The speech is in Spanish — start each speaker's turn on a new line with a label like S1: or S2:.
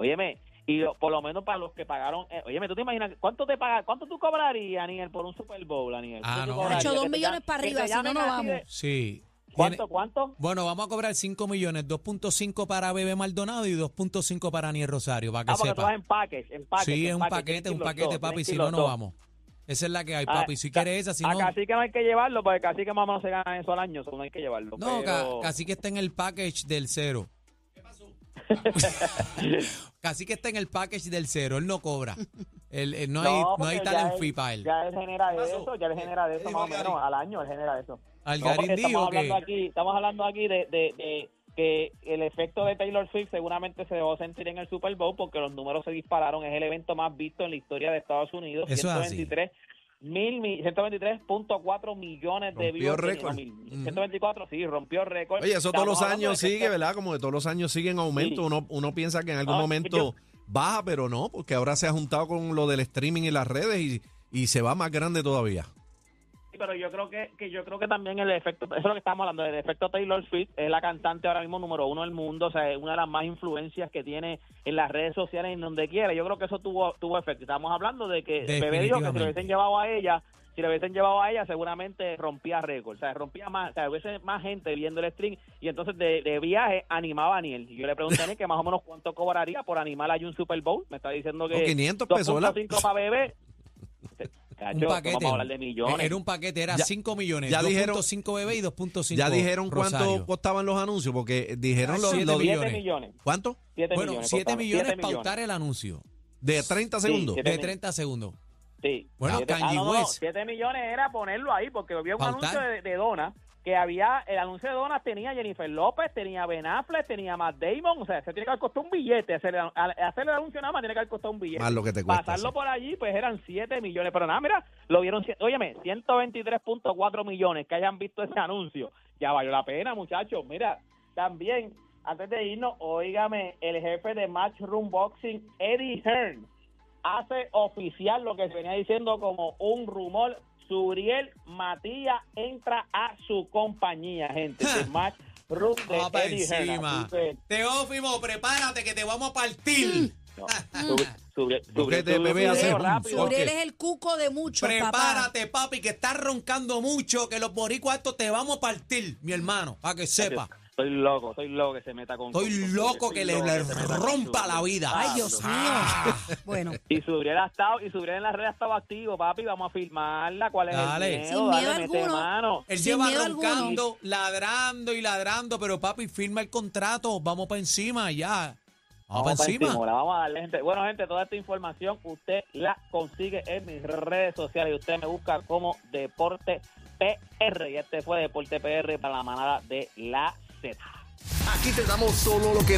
S1: Óyeme, y lo- por lo menos para los que pagaron, eh, óyeme, ¿tú te imaginas cuánto te paga, cuánto tú cobrarías, Aniel, por un Super Bowl, Aniel?
S2: Ah, no.
S3: Nacho, dos
S1: dos
S3: millones para arriba, si no, no vamos.
S2: Sí.
S1: ¿Cuánto,
S2: Tiene-
S1: cuánto?
S2: Bueno, vamos a cobrar 5 millones, 2.5 para Bebe Maldonado y 2.5 para Aniel Rosario, para que
S1: Ah, porque tú vas
S2: sepa.
S1: en package, en package.
S2: sí, es un
S1: tienes que
S2: paquete,
S1: ir
S2: un
S1: los
S2: paquete,
S1: dos,
S2: papi,
S1: tienes que
S2: si
S1: ir
S2: no,
S1: los
S2: no
S1: dos.
S2: vamos. Esa es la que hay,
S1: Ah,
S2: papi. Si
S1: ca-
S2: quieres esa, si
S1: a
S2: no...
S1: Cacique no hay que llevarlo, porque Cacique más o menos se gana eso al año, eso no hay que llevarlo.
S2: No, ca-
S1: pero-
S2: casi que está en el package del cero. casi que está en el package del cero, él no cobra. Él- él no, hay, no
S1: porque
S2: hay
S1: ya
S2: talent
S1: él-
S2: free para él.
S1: Ya él genera de eso, ya él genera de eso
S2: dijo
S1: más o
S2: Algarín?
S1: menos al año, él genera eso. No,
S2: Algarín
S1: porque
S2: dijo
S1: estamos hablando
S2: que...
S1: aquí, estamos hablando aquí de, de- de que el efecto de Taylor Swift seguramente se dejó sentir en el Super Bowl porque los números se dispararon, es el evento más visto en la historia de Estados Unidos,
S2: Eso es así.
S1: 123 mil mi- 123.4 millones de
S4: Rompió
S1: views.
S4: récord.
S1: 124, sí, rompió récord.
S4: Oye, eso todos los
S1: Estamos hablando
S4: años
S1: de que
S4: sigue, ¿verdad? Como que todos los años sigue en aumento.
S1: Sí.
S4: Uno, uno piensa que en algún
S1: Ah, yo-
S4: momento baja, pero no, porque ahora se ha juntado con lo del streaming y las redes y, y se va más grande todavía.
S1: Sí, pero yo creo que, que yo creo que también el efecto eso es lo que estamos hablando el efecto Taylor Swift es la cantante ahora mismo número uno del mundo o sea es una de las más influencias que tiene en las redes sociales en donde quiera yo creo que eso tuvo tuvo efecto estamos hablando de que Bebé dijo que si lo
S2: Definitivamente.
S1: hubiesen llevado a ella si lo hubiesen llevado a ella seguramente rompía récord o sea rompía más o sea hubiese más gente viendo el stream y entonces de, de viaje animaba a Aniel y yo le pregunté a Aniel que más o menos cuánto cobraría por animar a un Super Bowl me está diciendo que
S4: Con 500 pesos, ¿verdad?
S1: 2.5 para Bebé Cacho, no
S2: paquete.
S1: vamos a hablar de millones.
S2: Era un paquete, era
S4: Ya-
S2: 5 millones.
S4: ya dijeron-
S2: 2.5 bebé y 2.5
S4: Ya dijeron
S2: Rosario.
S4: cuánto costaban los anuncios, porque dijeron
S2: Ah,
S4: los,
S2: siete
S4: los-
S2: millones.
S1: 7 millones.
S4: ¿Cuánto?
S1: 7
S2: Bueno,
S1: millones.
S2: 7
S1: costaron,
S2: millones
S1: siete
S2: pautar el anuncio
S4: De 30 segundos.
S1: siete-
S2: de
S1: Siete mil-
S2: 30 segundos.
S1: Sí.
S2: Bueno,
S1: Siete-
S2: Kanye
S1: ah, no, no,
S2: West.
S1: 7 millones era ponerlo ahí, porque había un
S2: Pautar.
S1: anuncio de, de Dona que había, el anuncio de Dona tenía Jennifer López, tenía Ben Affleck, tenía Matt Damon, o sea, se tiene que haber costado un billete, hacer el, al- hacer el anuncio nada más tiene que haber costado un billete.
S4: Más lo que te cuesta,
S1: Pasarlo
S4: sí.
S1: por allí, pues eran 7 millones, pero nada, mira, lo vieron, cien- óyeme, 123.4 millones que hayan visto ese anuncio, ya valió la pena, muchachos, mira, también, antes de irnos, óigame, el jefe de Matchroom Boxing, Eddie Hearn, hace oficial lo que se venía diciendo como un rumor. Suriel Matías entra a su compañía, gente.
S2: Ja.
S1: de Match Room de
S2: Va Ah, pa'
S1: Eddie Hearn.
S2: encima.
S1: Así que,
S2: Teófimo, prepárate que te vamos a partir.
S1: no, Suri- Suriel- Suriel
S4: Boquete,
S1: subió
S4: bebé,
S1: un
S4: hace
S1: video
S4: un
S1: rápido.
S4: sol.
S3: Sobre
S4: Ok.
S3: él es el cuco de muchos, papá.
S2: Prepárate, papi, que estás roncando mucho, que los boricuas estos te vamos a partir, mi hermano, para que sepa.
S1: Estoy loco, estoy loco que se meta con.
S2: Estoy
S1: con- con-
S2: loco
S1: estoy
S2: que le,
S1: loco
S2: le
S1: que se meta con
S2: rompa
S1: Suriel.
S2: la vida.
S3: Ay, Dios mío.
S2: Ah.
S3: Bueno,
S1: Y Suriel ha estado, y Suriel en las redes estaba activo, papi. Vamos a filmarla. ¿Cuál es
S2: Dale.
S1: el miedo?
S3: Sin miedo
S1: Dale, mete
S3: alguno.
S1: mano.
S2: Él
S3: Sin
S2: lleva
S3: miedo
S2: roncando, ladrando y ladrando, pero papi, firma el contrato, vamos para encima ya. Vamos, para
S1: Vamos pa'
S2: encima.
S1: encima, la vamos a darle, gente. Bueno, gente, toda esta información usted la consigue en mis redes sociales y usted me busca como Deporte PR. Y este fue Deporte PR para la manada de la Z.
S5: Aquí te damos solo lo que